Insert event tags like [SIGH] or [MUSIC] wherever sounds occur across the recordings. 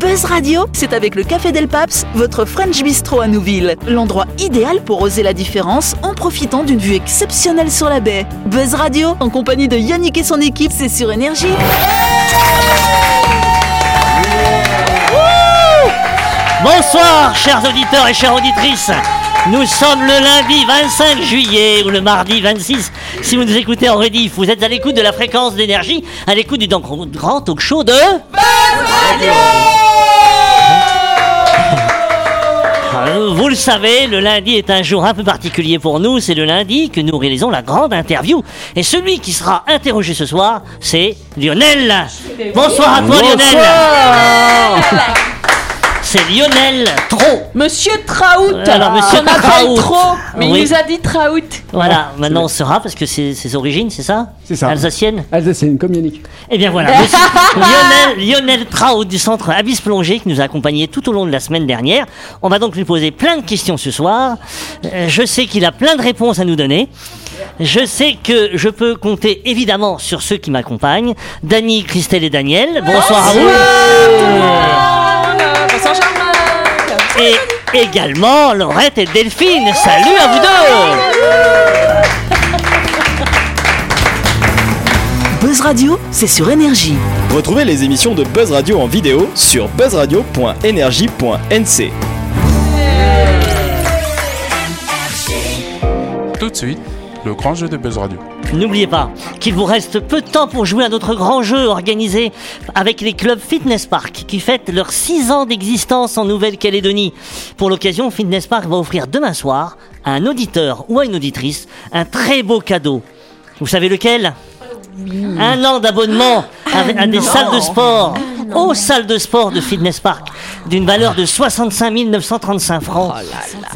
Buzz Radio, c'est avec le Café Del Paps, votre French Bistro à Nouville. L'endroit idéal pour oser la différence en profitant d'une vue exceptionnelle sur la baie. Buzz Radio, en compagnie de Yannick et son équipe, c'est sur Énergie. Bonsoir, chers auditeurs et chères auditrices. Nous sommes le lundi 25 juillet ou le mardi 26. Si vous nous écoutez en rediff, vous êtes à l'écoute de la fréquence d'énergie, à l'écoute du dan- grand talk show de. Euh, Vous le savez, le lundi est un jour un peu particulier pour nous. C'est le lundi que nous réalisons la grande interview. Et celui qui sera interrogé ce soir, c'est Lionel. Bonsoir à toi, Lionel. C'est Lionel Trop. Monsieur Traout Ouais, alors, monsieur qu'on appelle Traout. Trop, mais Oui. il nous a dit Traout. Voilà, maintenant on saura parce que c'est ses origines, c'est ça C'est ça. Alsacienne Alsacienne, comme Yannick. Eh bien voilà, monsieur Lionel, Lionel Traut du centre Abyss Plongée qui nous a accompagnés tout au long de la semaine dernière. On va donc lui poser plein de questions ce soir. Euh, Je sais qu'il a plein de réponses à nous donner. Je sais que je peux compter évidemment sur ceux qui m'accompagnent. Dany, Christelle et Daniel, bonsoir à vous. Bonsoir Jean-Marc. Et également Laurette et Delphine, salut à vous deux Buzz Radio, c'est sur Énergie. Retrouvez les émissions de Buzz Radio en vidéo sur buzzradio.energie.nc. Tout de suite, le grand jeu de Buzz Radio. N'oubliez pas qu'il vous reste peu de temps pour jouer à notre grand jeu organisé avec les clubs Fitness Park qui fêtent leurs 6 ans d'existence en Nouvelle-Calédonie. Pour l'occasion, Fitness Park va offrir demain soir à un auditeur ou à une auditrice un très beau cadeau. Vous savez lequel un an d'abonnement à, à des salles de sport, aux salles de sport de Fitness Park, d'une valeur de 65 935 francs.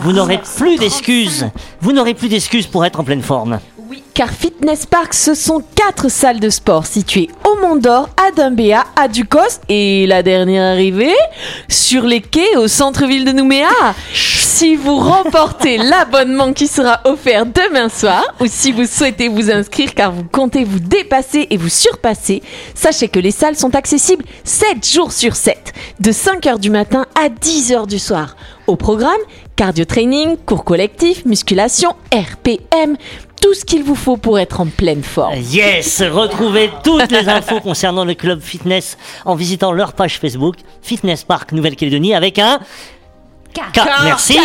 vous n'aurez plus d'excuses. Vous n'aurez plus d'excuses pour être en pleine forme. Oui, car Fitness Park, ce sont quatre salles de sport situées au Mont d'Or, à Dumbéa, à Ducos et la dernière arrivée sur les quais au centre-ville de Nouméa. Si [LAUGHS] vous remportez l'abonnement qui sera offert demain soir ou si vous souhaitez vous inscrire car vous comptez vous dépasser et vous surpasser, sachez que les salles sont accessibles 7 jours sur 7, de 5h du matin à 10h du soir. Au programme, cardio training, cours collectif, musculation, RPM, tout ce qu'il vous faut pour être en pleine forme. Yes, retrouvez toutes les infos concernant le club fitness en visitant leur page Facebook Fitness Park Nouvelle-Calédonie avec un K. Merci.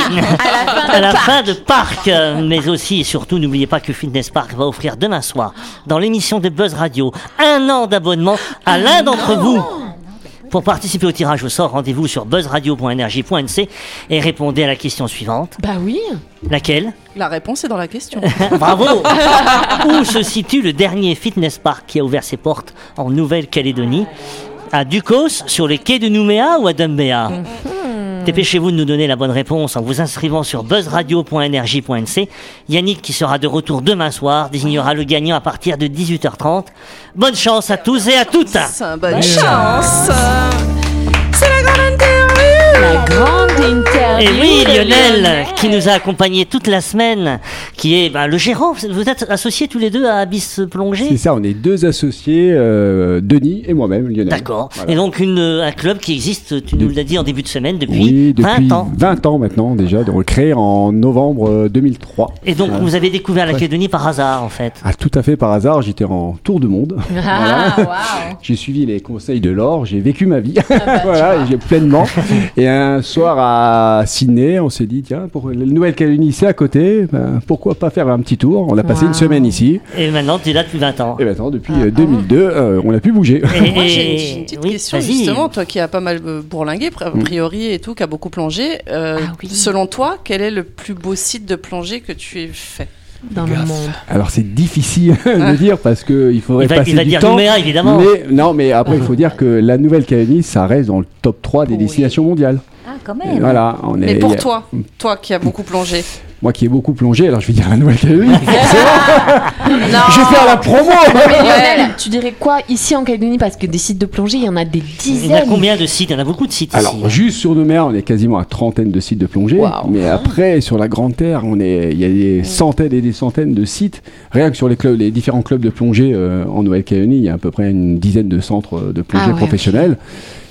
À [LAUGHS] À la fin la fin de parc, euh, mais aussi et surtout, n'oubliez pas que Fitness Park va offrir demain soir, dans l'émission de Buzz Radio, un an d'abonnement à l'un d'entre vous. Pour participer au tirage au sort, rendez-vous sur buzzradio.energie.nc et répondez à la question suivante. Bah oui. Laquelle La réponse est dans la question. [LAUGHS] Bravo Où se situe le dernier fitness park qui a ouvert ses portes en Nouvelle-Calédonie À Ducos, sur les quais de Nouméa ou à Dumbéa Mhm. Dépêchez-vous de nous donner la bonne réponse en vous inscrivant sur buzzradio.energie.nc. Yannick, qui sera de retour demain soir, désignera le gagnant à partir de 18h30. Bonne chance à tous et à toutes C'est un bonne chance. La grande Et interview. oui, Lionel, qui nous a accompagnés toute la semaine, qui est ben, le gérant. Vous êtes associés tous les deux à Abyss Plongée C'est ça, on est deux associés, euh, Denis et moi-même, Lionel. D'accord. Voilà. Et donc une, euh, un club qui existe, tu nous De- l'as dit en début de semaine, depuis, Oui, depuis 20 ans. 20 ans maintenant déjà, donc créé en novembre euh, 2003. Et donc Euh, vous avez découvert la Calédonie par hasard en fait. ah, tout à fait par hasard, j'étais en tour de monde. Ah, waouh. J'ai suivi les conseils de Laure, j'ai vécu ma vie, [LAUGHS] voilà, et j'ai pleinement. Et un soir à Sydney, on s'est dit tiens, pour la Nouvelle-Calédonie, c'est à côté, ben, pourquoi pas faire un petit tour On a passé une semaine ici, Et maintenant tu es là depuis 20 ans. et maintenant depuis euh, 2002, euh, on a pu bouger. Et- Moi, j'ai et- j'ai une petite oui, question, vas-y. justement. Toi qui as pas mal euh, bourlingué, pr- a priori, et tout, qui a beaucoup plongé. euh, Ah oui. Selon toi, quel est le plus beau site de plongée que tu aies fait Dans le monde. Alors c'est difficile [LAUGHS] de dire parce que il Ah. faudrait Il va, passer il va du dire temps. Nouméa évidemment. Mais non, mais après il faut dire que la Nouvelle-Calédonie, ça reste dans le top 3 des destinations mondiales. Ah, quand Et même. Voilà, on est. Mais pour toi, toi qui as beaucoup plongé. Moi qui ai beaucoup plongé, alors je vais dire la [LAUGHS] Nouvelle-Calédonie. Non, je vais faire la promo. Mais Lionel, tu dirais quoi ici en Calédonie Parce que des sites de plongée, il y en a des Il y en a dizaines. combien de sites Il y en a beaucoup de sites Alors ici. juste sur nos mers, on est quasiment à trentaine de sites de plongée. Waouh. Ah. Mais après sur la Grande Terre, on est, il y a des centaines et des centaines de sites. Rien que sur les clubs, les différents clubs de plongée euh, en Nouvelle-Calédonie, il y a à peu près une dizaine de centres de plongée Ah ouais, professionnels.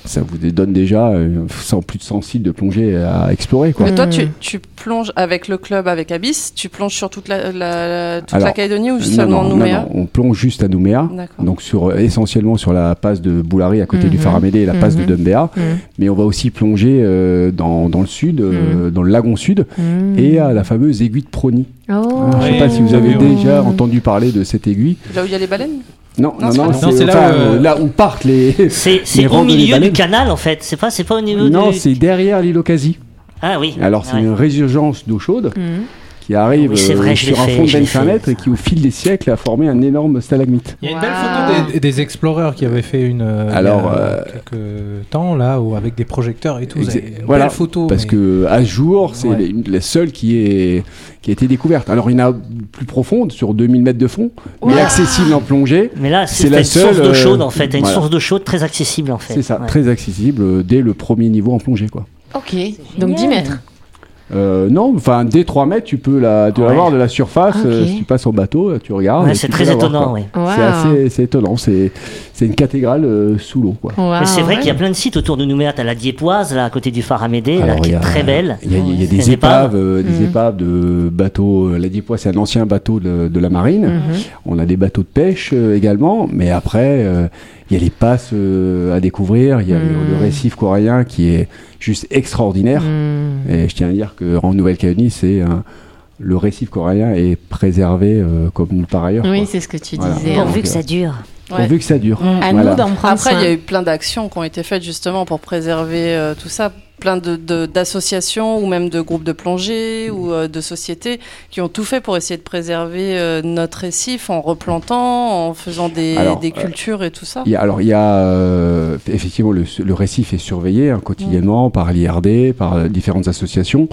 ça vous donne déjà euh, sans plus de 100 sites de plongée à explorer. Quoi. Mais toi, Hmm. tu, tu plonges avec le club, avec Abyss, tu plonges sur toute la, la- toute Alors, la Calédonie ou Non, seulement non, non, Nouméa non, on plonge juste à Nouméa. D'accord. Donc sur, euh, essentiellement sur la passe de Boulari à côté du Mhm. Faramédé et la passe Mhm. de Dumbéa, Mhm. mais on va aussi plonger euh, dans, dans le sud, euh, Mhm. dans le lagon sud, et à la fameuse aiguille de Prony. Hmm. Oh. Alors, je ne sais pas si vous avez Oui, oui. déjà entendu parler de cette aiguille. Là où il y a les baleines Non, non, c'est non, pas- Non, c'est c'est là enfin, où, euh, euh, là où partent [LAUGHS] les. C'est c'est Les au randonnées milieu du baleines. canal en fait, c'est pas, c'est pas au niveau [LAUGHS] Non, du... c'est derrière l'île Ocasi. Ah oui. Alors c'est Ouais. une résurgence d'eau chaude qui arrive Mhm. Oui, c'est euh, vrai, je sur l'ai un fait, fond de je l'ai 25 fait. mètres et qui au fil des siècles a formé un énorme stalagmite. Il y a une belle photo des, des explorers qui avaient fait une. euh, Alors, il y a euh, quelques temps là, où avec des projecteurs et tout. Vous Exa- avez une voilà, belle photo. Parce mais- que à jour, c'est Ouais. les- une- la seule qui, est, qui a été découverte. Alors il y en a plus profonde, sur 2000 mètres de fond, mais accessible en plongée. Mais là, c'est c'est la t'as une source seule, d'eau chaude euh, en fait, t'as une voilà. source d'eau chaude très accessible en fait. C'est ça, Ouais. très accessible euh, dès le premier niveau en plongée. Quoi. Ok, donc 10 mètres. Euh, non, enfin dès 3 mètres, tu peux la, tu vas Ouais. voir de la surface, Ok. euh, si tu passes en bateau, là, tu regardes. Ouais, et c'est tu très peux la voir, étonnant, quoi. oui. Wow. C'est assez c'est étonnant, c'est c'est une cathédrale euh, sous l'eau. quoi. Wow, Mais Ah c'est vrai ouais. qu'il y a plein de sites autour de Nouméa. T'as la Diepoise, là, à côté du Faramédé, là, Alors, qui il y est a- très belle. Il y a, il y a C'est des une épaves, euh, des Mhm. épaves de bateaux. euh, La Diepois, c'est un ancien bateau de, de la marine. Mhm. On a des bateaux de pêche euh, également, mais après, euh, il y a les passes euh, à découvrir. Il y a le- Mhm. le, récif coréen qui est juste extraordinaire. Mhm. Et je tiens à dire qu'en Nouvelle-Calédonie, c'est un- le récif coréen est préservé euh, comme nulle part ailleurs. Oui, quoi. c'est ce que tu Voilà. disais. Bon, hein. Pourvu que ça dure. Ouais. Pourvu que ça dure. À Voilà. nous d'en prendre Après, il y soin. a eu plein d'actions qui ont été faites justement pour préserver euh, tout ça, plein de- de- d'associations ou même de groupes de plongée ou euh, de sociétés qui ont tout fait pour essayer de préserver euh, notre récif en replantant, en faisant des, Alors, des euh, cultures et tout ça. Il y a- alors, il y a euh, effectivement le, le récif est surveillé hein, quotidiennement par l'IRD, par euh, différentes associations,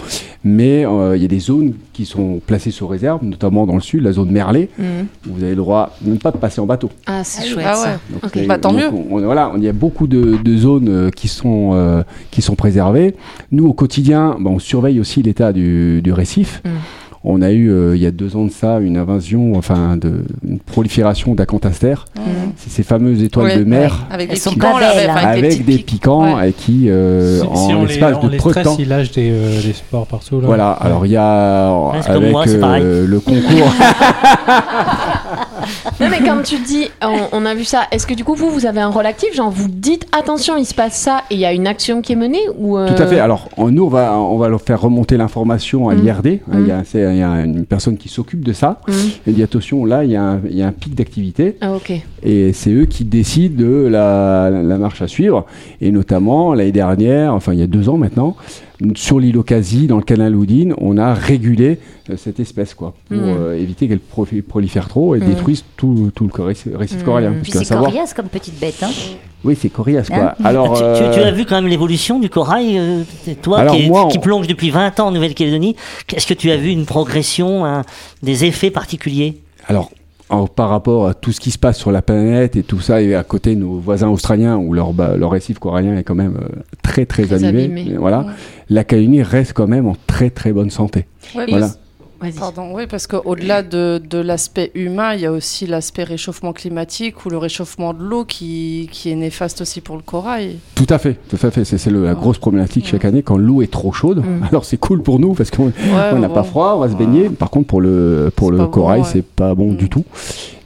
mais euh, il y a des zones qui sont placées sous réserve, notamment dans le sud, la zone Merlet, Mhm. où vous avez le droit même pas de passer en bateau. Ah, c'est chouette. Ah ça. ouais. Donc, Ok. vous avez- Bah, tant donc, mieux. on- on- voilà, il y a beaucoup de, de zones euh, qui sont euh, qui sont préservées. Nous, au quotidien, bah, on surveille aussi l'état du, du récif. Mm. On a eu euh, il y a deux ans de ça une invasion, enfin de, une prolifération d'acantastères, Hmm. Mmh. c'est ces fameuses étoiles Ouais, de mer. ouais, Avec Elles des sont piquants, pas là, belles, hein. enfin, avec, petits des pics. piquants Ouais. et qui, euh, Si- en si on les, l'espace on de les peu de stresse, temps. ils lâchent des, euh, des sports partout. Là. Voilà, alors il y a euh, Ouais, c'est comme avec moi, c'est euh, pareil. le concours. Non mais quand tu dis, on, on a vu ça, est-ce que du coup vous, vous avez un rôle actif Genre vous dites, attention, il se passe ça et il y a une action qui est menée ou euh, Tout à fait. Alors, en- nous, on va, on va leur faire remonter l'information à Mmh. Mm. l'IRD. hein, Il y, a, Mm. c'est- il y a une personne qui s'occupe de ça. Mm. Elle dit attention, là, il y a un, il y a un pic d'activité Ah ok. et c'est eux qui décident de la, la marche à suivre. Et notamment, l'année dernière, enfin, il y a deux ans maintenant, sur l'île Ocasi, dans le canal Houdin, on a régulé euh, cette espèce, quoi, pour Mmh. Mm. euh, éviter qu'elle profi- prolifère trop et Mm. détruise tout, tout le cor- récif récif Mm. corallien. Mmh. Puis Parce qu'à c'est savoir- coriace comme petite bête. Hein. Oui, c'est coriace, quoi. Hein Alors, tu, Ah, tu- euh, tu as vu quand même l'évolution du corail, euh, toi alors qui, moi, qui on- plonge depuis 20 ans en Nouvelle-Calédonie. Est-ce que tu as vu une progression, un- des effets particuliers Alors, en- par rapport à tout ce qui se passe sur la planète et tout ça, et à côté nos voisins australiens où leur, ba- leur récif corallien est quand même euh, très très, Très abîmé, abîmé. voilà, Ouais. la Calédonie reste quand même en très très bonne santé. Ouais, Voilà. parce- Vas-y. Pardon, oui, parce qu'au-delà de, de l'aspect humain, il y a aussi l'aspect réchauffement climatique ou le réchauffement de l'eau qui, qui est néfaste aussi pour le corail. Tout à fait, tout à fait. C'est c'est le- la grosse problématique chaque année quand l'eau est trop chaude. [LAUGHS] Alors c'est cool pour nous parce qu'on Ouais, on n'a Mm. bon. pas froid, on va se baigner. Par contre pour le pour C'est le pas bon, corail ouais. c'est pas bon Mm. du tout.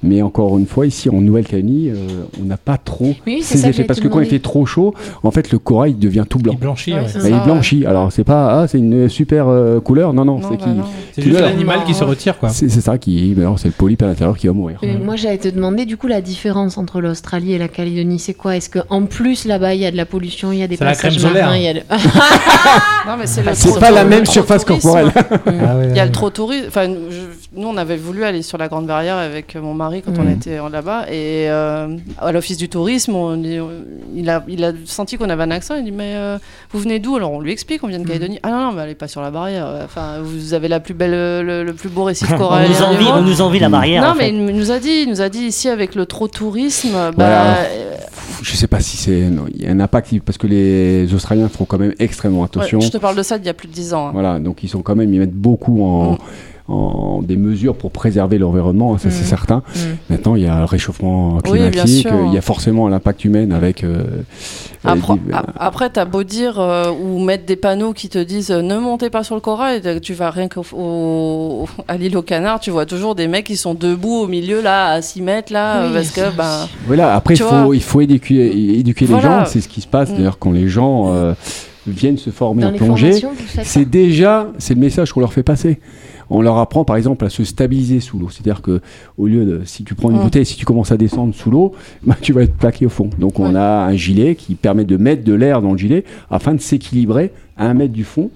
Mais encore une fois ici en Nouvelle-Calédonie euh, on n'a pas trop Oui, c'est ces ça que effets j'allais parce te que quand il demander. fait trop chaud, en fait le corail devient tout blanc. Ils blanchissent. Ouais, ouais. c'est Et ça, il ouais. blanchit. Alors c'est pas ah c'est une super euh, couleur. Non non, Non, c'est bah qui non. C'est Tu juste l'as- l'animal qui se retire. quoi. c'est c'est ça qui alors, c'est le polype à l'intérieur qui va mourir. Mais moi j'allais te demander du coup la différence entre l'Australie et la Calédonie, c'est quoi Est-ce qu'en plus là-bas il y a de la pollution, il y a des C'est la passages crème solaire. marins, il y a Ah, le- Non, mais c'est le Ah, C'est trop- pas la le même trop surface tourisme. corporelle. Ah ouais, Il y a ouais. le trop tourisme. Enfin, je- nous, on avait voulu aller sur la Grande Barrière avec mon mari quand on Mhm. était en- là-bas. Et euh, à l'office du tourisme, on- il, a, il a senti qu'on avait un accent. Il dit Mais euh, vous venez d'où Alors, on lui explique on vient Mm. de Calédonie. Ah non, non, mais allez pas sur la barrière. Enfin, vous avez la plus belle, euh, le, le plus beau [LAUGHS] récif on corallien. nous, du envie, monde. on nous envie Mmh. la barrière. Non, en mais fait. il nous a dit, il nous a dit ici avec le trop tourisme, bah, Voilà. euh, Je sais pas si c'est non, il y a un impact parce que les Australiens font quand même extrêmement ouais, attention. je te parle de ça d'il y a plus de 10 ans. hein. Voilà donc ils sont quand même ils mettent beaucoup en Mm. en- des mesures pour préserver l'environnement, hein, ça c'est Mhm. certain. Maintenant, il y a le réchauffement Mm. Oui, bien climatique, sûr. Ah, euh, il y a forcément l'impact humain avec. euh, euh, Après, des- ap- après, t'as beau dire euh, ou mettre des panneaux qui te disent euh, ne montez pas sur le corail, t'as- tu vas rien qu'au au- [LAUGHS] à l'île aux canards, tu vois toujours des mecs qui sont debout au milieu là à 6 mètres là, Oui, parce que ben Voilà, après, il Tu faut, vois. il faut éduquer, éduquer les Voilà. gens. C'est ce qui se passe Mm. d'ailleurs quand les gens euh, viennent se former Dans en les plongée. formations, vous faites ça C'est déjà, c'est le message qu'on leur fait passer. On leur apprend par exemple à se stabiliser sous l'eau. C'est-à-dire que au lieu de, si tu prends une Mm. bouteille, si tu commences à descendre sous l'eau, [LAUGHS] bah, tu vas être plaqué au fond. Donc on Ouais. a un gilet qui permet de mettre de l'air dans le gilet afin de s'équilibrer à un mètre du fond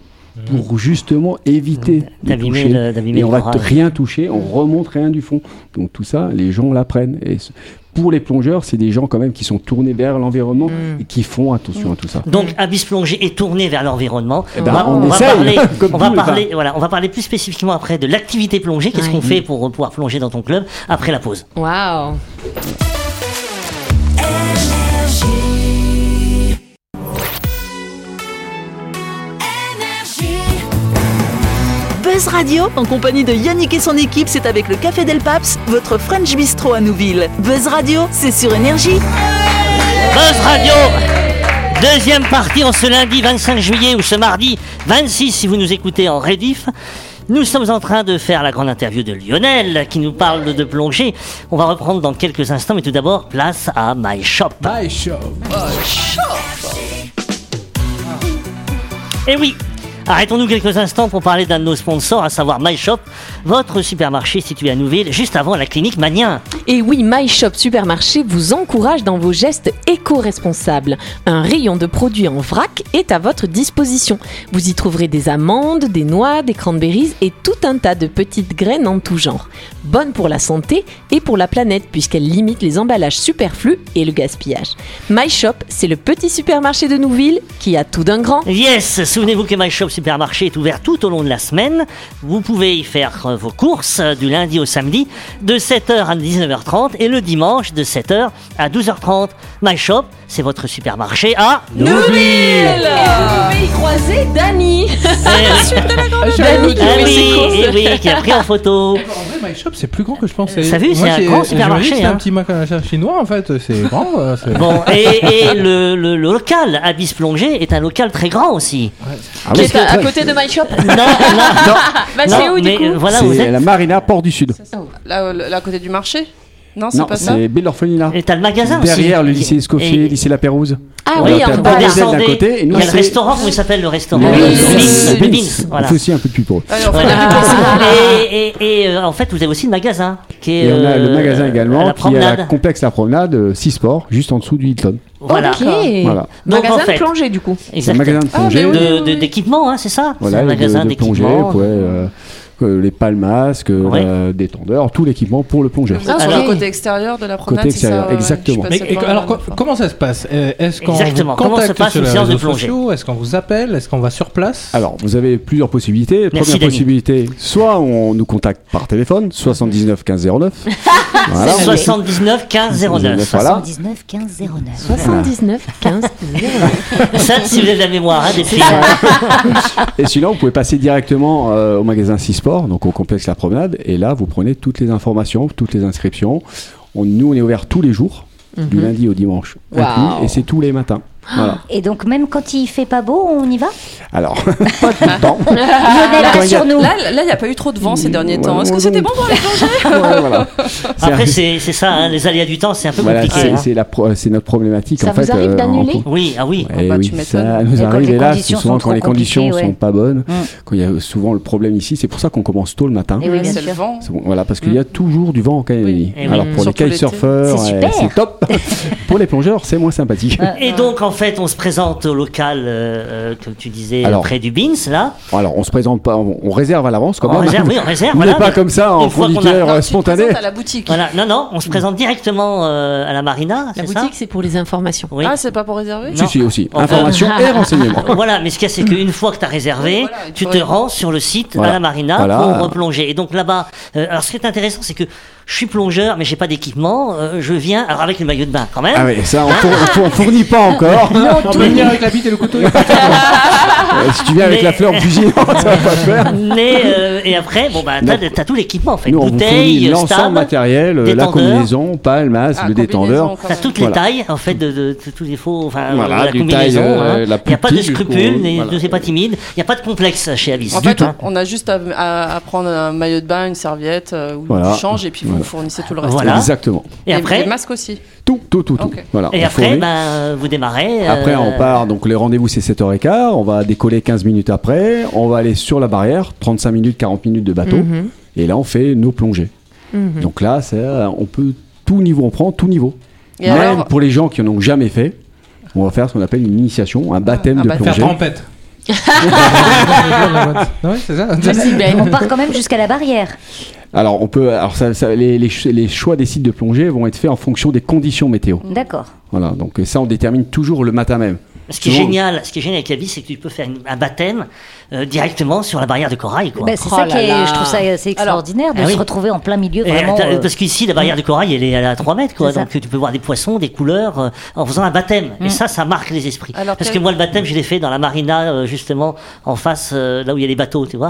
pour justement éviter de D'abîmer toucher le, d'abîmer et on le va corail. te- rien toucher, on remonte rien du fond. Donc tout ça, les gens l'apprennent. Et ce- pour les plongeurs, c'est des gens quand même qui sont tournés vers l'environnement et qui font attention à tout ça. Donc Abyss Plongée est tourné vers l'environnement. Eh ben, on, on va essaye, parler, [LAUGHS] comme on va tout le parler, voilà, on va parler plus spécifiquement après de l'activité plongée. Qu'est-ce qu'on fait pour pouvoir plonger dans ton club après la pause Waouh Buzz Radio, en compagnie de Yannick et son équipe, c'est avec le Café Del Paps, votre French Bistro à Nouville. Buzz Radio, c'est sur Énergie. Buzz Radio Deuxième partie en ce lundi 25 juillet ou ce mardi 26 si vous nous écoutez en rediff. Nous sommes en train de faire la grande interview de Lionel qui nous parle de plongée. On va reprendre dans quelques instants, mais tout d'abord, place à My Shop. My show. Et Eh oui Arrêtons-nous quelques instants pour parler d'un de nos sponsors, à savoir My Shop, votre supermarché situé à Nouville, juste avant la clinique Magnien. Et oui, My Shop Supermarché vous encourage dans vos gestes éco-responsables. Un rayon de produits en vrac est à votre disposition. Vous y trouverez des amandes, des noix, des cranberries et tout un tas de petites graines en tout genre. Bonnes pour la santé et pour la planète puisqu'elles limitent les emballages superflus et le gaspillage. My Shop, c'est le petit supermarché de Nouville qui a tout d'un grand. Yes, souvenez-vous que My Shop Supermarché est ouvert tout au long de la semaine. Vous pouvez y faire euh, vos courses euh, du lundi au samedi de 7h à 19h30 et le dimanche de 7h à 12h30. My Shop, c'est votre supermarché Ah, à Nouville. vous pouvez y croiser Dani Dani qui Ah fait ses oui, courses. eh oui, qui a pris en photo. En vrai, My Shop, c'est plus grand que je pensais. T'as vu, Moi, c'est un grand j'ai- j'ai remarqué supermarché, que C'est hein. un petit magasin chinois en fait. [LAUGHS] C'est grand. quoi, c'est- Bon, et, et le, le- le local Abyss Plongée est un local très grand aussi. Ah Qui oui, est à, à côté de My Shop Non, non, Bah non, c'est où du mais euh, coup voilà, vous c'est êtes. la Marina Port du Sud. là, euh, là à côté du marché. Non, Oh, c'est Non, pas ça. c'est Belle Orpheline là. Et t'as le magasin aussi. Derrière le lycée Escoffier, le Et- lycée La Pérouse. Ah Voilà, oui, t'as en un bas, bordel là. d'ailes à côté, et Il nous, y a le c'est- restaurant, comment il s'appelle le restaurant Le Le Beans. Beans, Le le Beans. Beans, On voilà. fait aussi un peu de pub pour eux. Allez, on fait Voilà. Ah, la pub. et et- et, euh, en fait, vous avez aussi le magasin qui est Et on a le euh, magasin à également la qui est à promenade. la complexe La Promenade, euh, Six Sports, juste en dessous du Hilton. Voilà. Ok. Voilà. Donc, Magasin en fait, de plongée du coup. C'est un Exactement. Ah, magasin de plongée. De- Ah, de- d'équipement, hein, c'est ça Voilà, C'est et un de- magasin de, plongée, d'équipement. ouais, euh, euh, les palmas, que, Ouais. euh, des tendeurs, tout l'équipement pour le plongeur. Vous êtes sur Alors- le côté extérieur de la promenade, Ah, Côté c'est ça, extérieur, ouais, ouais, je suis exactement. passée Mais et- devant la alors co- dernière fois. comment ça se passe Euh, Est-ce qu'on Exactement. vous Comment contacte se passe sur une les séance de réseaux plongée sociaux Est-ce qu'on vous appelle Est-ce qu'on va sur place Alors, vous avez plusieurs possibilités. Merci, Première Dany. possibilité, soit on nous contacte par téléphone, 79 15 09. [LAUGHS] voilà. 79 15 09. Voilà. 19 15 09. 79 15 Ça, si vous avez de la mémoire, hein, des films. Et sinon, vous pouvez passer directement euh, au magasin Cisport, donc au complexe La Promenade, et là, vous prenez toutes les informations, toutes les inscriptions. On- nous, on est ouvert tous les jours, du lundi au dimanche, inclus, Waouh. et c'est tous les matins. Voilà. Mhm. [GASPS] Et donc, même quand il fait pas beau, on y va Alors, [LAUGHS] pas tout le temps. Ah, Lionel, Quand il y a- rassure-nous. Là, là, il n'y a pas eu trop de vent ces derniers Ouais, temps. Est-ce ouais, que c'était ouais. bon pour les gens Ouais, hein. voilà. Après, c'est c'est ça, hein, les aléas du temps, c'est un peu Voilà, compliqué. c'est- hein. c'est la pro- c'est notre problématique Ça en fait. vous arrive euh, en d'annuler compte- Oui, ah oui. Oh, Eh bah, tu oui, m'étonnes. ça nous Et quand arrive les et là, c'est conditions souvent sont quand trop les conditions compliquées, sont ouais. pas bonnes, quand il y a souvent le problème ici, c'est pour ça qu'on commence tôt le matin. Mm. Eh oui, bien C'est le sûr. vent. C'est bon, voilà, parce qu'il y a toujours du vent en Canalie. Eh oui. Alors pour les Surtout l'été. C'est kitesurfers, euh, super. c'est [LAUGHS] top. pour les plongeurs, c'est moins sympathique. Et donc, en fait, on se présente au local, euh, euh, comme tu disais, Alors. près du Beans, là. Alors on se présente pas, on, on réserve à l'avance quand On même. réserve, oui, on réserve. on n'est voilà, pas mais- comme ça en une fois qu'on a- chroniqueur Non, euh, tu te spontané. présentes à la boutique. Voilà, non, non, on se présente directement euh, à la marina, La c'est ça boutique, c'est pour les informations. Oui. Ah, c'est pas pour réserver Si, Non. si, aussi. Enfin, Information [LAUGHS] et renseignement. Voilà, mais ce qu'il y a, c'est qu'une fois que tu as réservé, Oui, voilà, il tu faut te être- rends sur le site Voilà. à la marina Voilà. pour replonger. Et donc là-bas, euh, alors ce qui est intéressant, c'est que je suis plongeur, mais j'ai pas d'équipement, euh, je viens, alors avec le maillot de bain quand même. Ah oui, ça, on four- on four- on fournit [LAUGHS] pas encore. On peut venir avec la bite et le couteau. Euh, si tu viens avec Mais- la fleur vigilante, ça va pas faire. Mais, euh, et après, bon, bah, t'as, t'as tout l'équipement en fait. Nous, on vous fournit Bouteille, l'ensemble stab, matériel, euh, la détendeur. combinaison, palmas, Ah, le détendeur. combinaison, quand T'as même. toutes Voilà. les tailles, en fait, de, de- de tous les faux, enfin, Voilà, euh, la du combinaison. taille, euh, hein. la Il n'y a pas de plus petite jusqu'au- scrupules, n'est- voilà. ne sois pas timide. Il n'y a pas de complexe chez Avis. En Oh, du fait, tout. on a juste à, à- à prendre un maillot de bain, une serviette, euh, ou Voilà. du change, et puis vous Voilà. fournissez tout le reste. Voilà. Exactement. Et après, les masques aussi. Tout, tout, tout, tout. Ok. Voilà, et on après fournit. ben, euh, vous démarrez. euh, Après, on part, donc les rendez-vous c'est 7h15, on va décoller 15 minutes après, on va aller sur la barrière, 35 minutes, 40 minutes de bateau, Mhm. et là on fait nos plongées. Mhm. Donc là, c'est, euh, on peut tout niveau, on prend tout niveau. Et Même alors, pour les gens qui n'en ont jamais fait, on va faire ce qu'on appelle une initiation, un baptême Ah, un de baptême. Faire [LAUGHS] plongée. trompette. ouais, c'est ça. On part quand même jusqu'à la barrière. Alors, on peut, alors ça- ça- les, les ch- les choix des sites de plongée vont être faits en fonction des conditions météo. D'accord. Voilà, donc euh, ça on détermine toujours le matin même. Ce qui est Souvent- génial, ce qui est génial avec Avis, c'est que tu peux faire une- un baptême euh, directement sur la barrière de corail, quoi. Bah, c'est Oh ça là qui est, là. je trouve ça assez extraordinaire de Ah se oui. retrouver en plein milieu Et vraiment. t'as- euh, Parce qu'ici, la barrière de corail, elle est à 3 mètres, quoi. C'est ça. Hmm. Donc tu peux voir des poissons, des couleurs, euh, en faisant un baptême. Et ça, ça marque les esprits. Alors, Parce que quel- moi, le baptême, je l'ai fait dans la marina, euh, justement, en face, euh, là où il y a les bateaux, tu Ah, vois.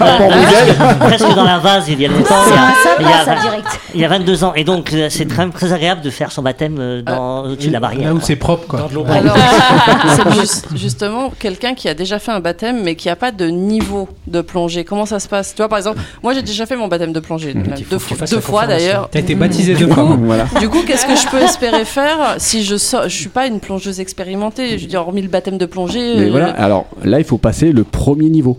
Ah. [LAUGHS] Presque dans la vase, il y a longtemps. il y a- ça il y a- passe ça direct. Il y a 22 ans. Et donc, euh, c'est très, très agréable de faire son baptême euh, dans, au-dessus de la barrière. Là où quoi. c'est propre, quoi. alors, [LAUGHS] c'est juste- justement quelqu'un qui a déjà fait un baptême, mais qui n'a pas de niveau de plongée. Comment ça se passe Tu vois, par exemple, moi j'ai déjà fait mon baptême de plongée, deux, fois- deux fois d'ailleurs. T'as été baptisé [LAUGHS] Du deux fois. coup, [LAUGHS] Voilà. du coup, qu'est-ce que je peux espérer faire si je sors Je suis pas une plongeuse expérimentée. Je veux dire, hormis le baptême de plongée. Mais euh, voilà, alors là il faut passer le premier niveau.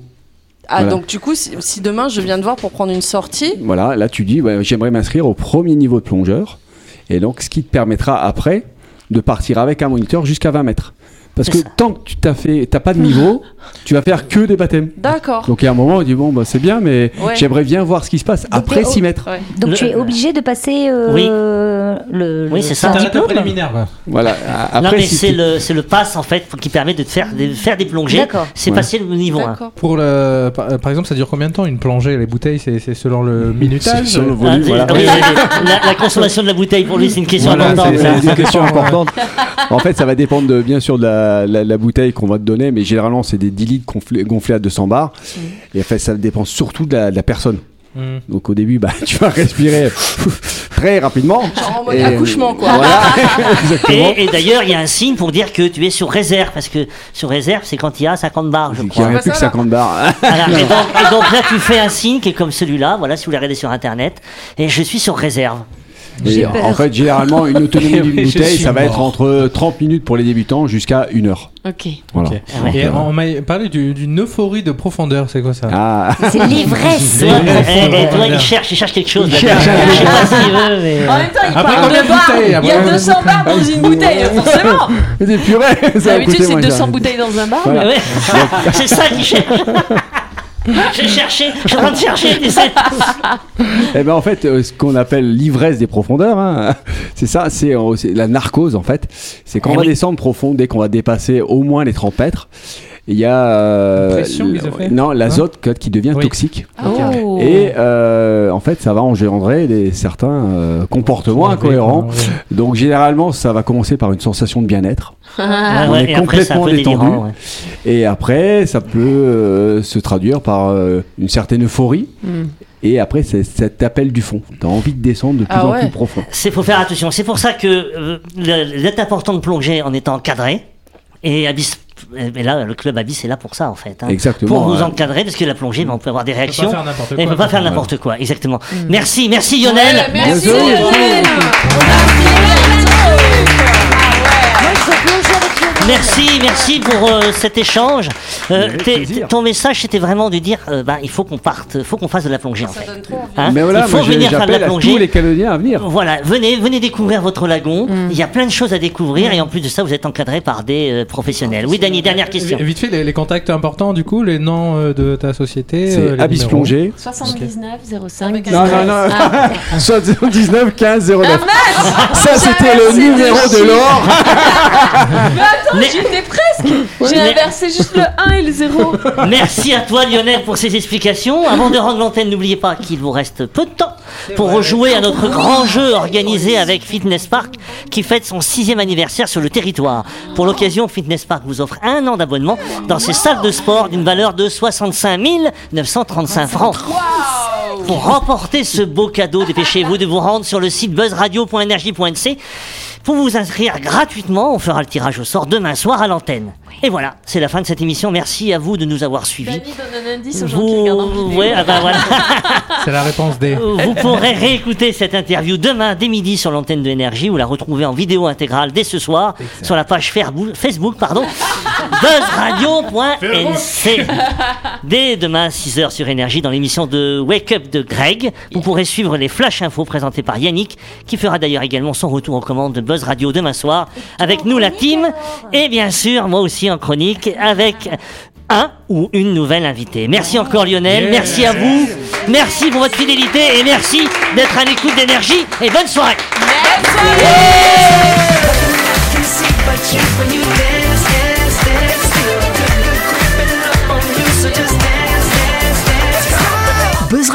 Ah, Voilà. donc du coup, si, si demain je viens de voir pour prendre une sortie, Voilà, là tu dis bah, j'aimerais m'inscrire au premier niveau de plongeur. Et donc ce qui te permettra après de partir avec un moniteur jusqu'à 20 mètres. Parce C'est que ça. tant que tu t'as fait, t'as pas de niveau, tu vas faire que des baptêmes. d'accord. Donc il y a un moment on dit bon bah c'est bien mais Ouais. j'aimerais bien voir ce qui se passe après t'es au- 6 mètres. Ouais. Donc Le- tu es obligé de passer euh, Oui. le, Oui, le- c'est ça. ton T'as un diplôme. préliminaire, quoi. Voilà, a- non, après mais si c'est tu- le, c'est le pass, en fait, qui permet de te faire des, faire des plongées. D'accord. C'est Ouais. passer le niveau 1. D'accord. Pour le, par, par exemple, ça dure combien de temps une plongée Les bouteilles, c'est c'est selon le euh, c'est minutage sur le Ah, volume, c'est- voilà. oui, oui, [LAUGHS] oui. La, la consommation de la bouteille pour lui c'est une question Voilà, importante. hein. c'est- ça. c'est une question importante. En fait, ça va dépendre de, bien sûr de la, la- la bouteille qu'on va te donner, mais généralement, c'est des 10 litres gonflés, gonflés à 200 bars. Et en fait, ça dépend surtout de la, de la personne. Mm. Donc au début, bah, [LAUGHS] tu vas respirer très rapidement. Genre en mode Et- accouchement, quoi. [LAUGHS] Voilà, exactement. Et, et d'ailleurs, il y a un signe pour dire que tu es sur réserve, parce que sur réserve, c'est quand il y a 50 barres, je Donc, il n'y crois. a plus que 50 [LAUGHS] bars. Voilà. et, donc, et donc là, tu fais un signe qui est comme celui-là, voilà, si vous les regardez sur Internet, et je suis sur réserve. Et peur. en fait, généralement, une autonomie [LAUGHS] d'une Je bouteille, suis ça va mort. être entre 30 minutes pour les débutants jusqu'à 1 heure. Ok. Voilà. Ok. Ouais. Et on m'a parlé du- d'une euphorie de profondeur, c'est quoi ça Ah, [LAUGHS] C'est l'ivresse. Et, et- et toi, il Voilà. cherche, il cherche quelque chose. là, je sais pas s'il veut, mais. [LAUGHS] En même temps, il Après, parle combien de de bar. bouteilles Il y a Après, 200 bars dans une bouteille, forcément. mais des purées ça a D'habitude, coûté c'est moins cher. 200 bouteilles dans un bar. Voilà. Ouais. c'est ça qu'il cherche. J'ai cherché, je suis en train de chercher. tu sais. Eh ben en fait, euh, ce qu'on appelle l'ivresse des profondeurs, hein, [LAUGHS] c'est ça, c'est euh, c'est la narcose en fait. C'est quand Eh on va oui. descendre profond, dès qu'on va dépasser au moins les 30 mètres, il y a euh, Une pression l- qu'ils ont fait. non l'azote que- qui devient Oui. toxique. Oh. Et euh, en fait, ça va engendrer des, certains euh, comportements incohérents. Donc généralement, ça va commencer par une sensation de bien-être. Ouais, On ouais, est et après, c'est un complètement peu délirant, détendu. ouais. Et après, ça peut euh, se traduire par euh, une certaine euphorie. Hmm. Et après, c'est cet appel du fond. T'as envie de descendre de plus Ah en ouais. plus profond. C'est faut faire attention. C'est pour ça que euh, le- il est important de plonger en étant cadré. Et Abyss, et là, le club Abyss est là pour ça en fait. hein. Exactement, Pour vous ouais. encadrer, parce que la plongée, ben, on peut avoir des réactions. Eh, faire n'importe Et on quoi, peut pas faire quoi. n'importe quoi, exactement. Merci, merci Lionel. Mm. Ouais, merci, Bientôt. Lionel. Moi, je veux plonger avec le- Merci, merci pour euh, cet échange. Euh, avec t'es- plaisir. ton message, c'était vraiment de dire, euh, ben, il faut qu'on parte, faut qu'on fasse de la plongée en fait. donne trop envie. Hein Mais voilà, il faut moi, j'ai- venir faire de j'appelle la à plongée. tous les Canadiens à venir. Voilà, venez, venez découvrir votre lagon. Mm. Il y a plein de choses à découvrir et en plus de ça, vous êtes encadré par des euh, Ah, professionnels. Oui, Dany, dernière Eh question. Eh, Vite fait, les, les contacts importants, du coup, les noms euh, de ta société. euh, C'est les Abyss [LAUGHS] numéros. Plongée. 79 05 Non, non, non. Ah, 79 15 09. Ah, Ça, c'était le J'avais numéro ces deux de l'or. Mais attends, Mais- j'étais presque. J'ai Mais- inversé juste le 1 et et le zéro. Merci à toi Lionel pour ces explications. Avant de rendre l'antenne, n'oubliez pas qu'il vous reste peu de temps pour rejouer à notre grand jeu organisé avec Fitness Park qui fête son sixième anniversaire sur le territoire. Pour l'occasion, Fitness Park vous offre un an d'abonnement dans ses salles de sport d'une valeur de 65 935 francs. Pour remporter ce beau cadeau, dépêchez-vous de vous rendre sur le site buzzradio.energie.nc pour vous inscrire gratuitement. On fera le tirage au sort demain soir à l'antenne. Et voilà, c'est la fin de cette émission. Merci à vous de nous avoir suivis. donne un indice Vous, ouais, ah bah voilà. [LAUGHS] C'est la réponse [LAUGHS] D. vous pourrez réécouter cette interview demain dès midi sur l'antenne de Énergie ou la retrouver en vidéo intégrale dès ce soir sur la page Fairbou- Facebook pardon, [LAUGHS] buzzradio.nc. Dès demain 6h sur Énergie dans l'émission de Wake Up de Greg, vous pourrez suivre les flash infos présentés par Yannick qui fera d'ailleurs également son retour aux commandes de Buzz Radio demain soir avec nous la team et bien sûr moi aussi en chronique avec un ou une nouvelle invitée. Merci encore Lionel, Yeah. merci à vous, merci pour votre fidélité et merci d'être à l'écoute d'énergie et bonne soirée. Buzz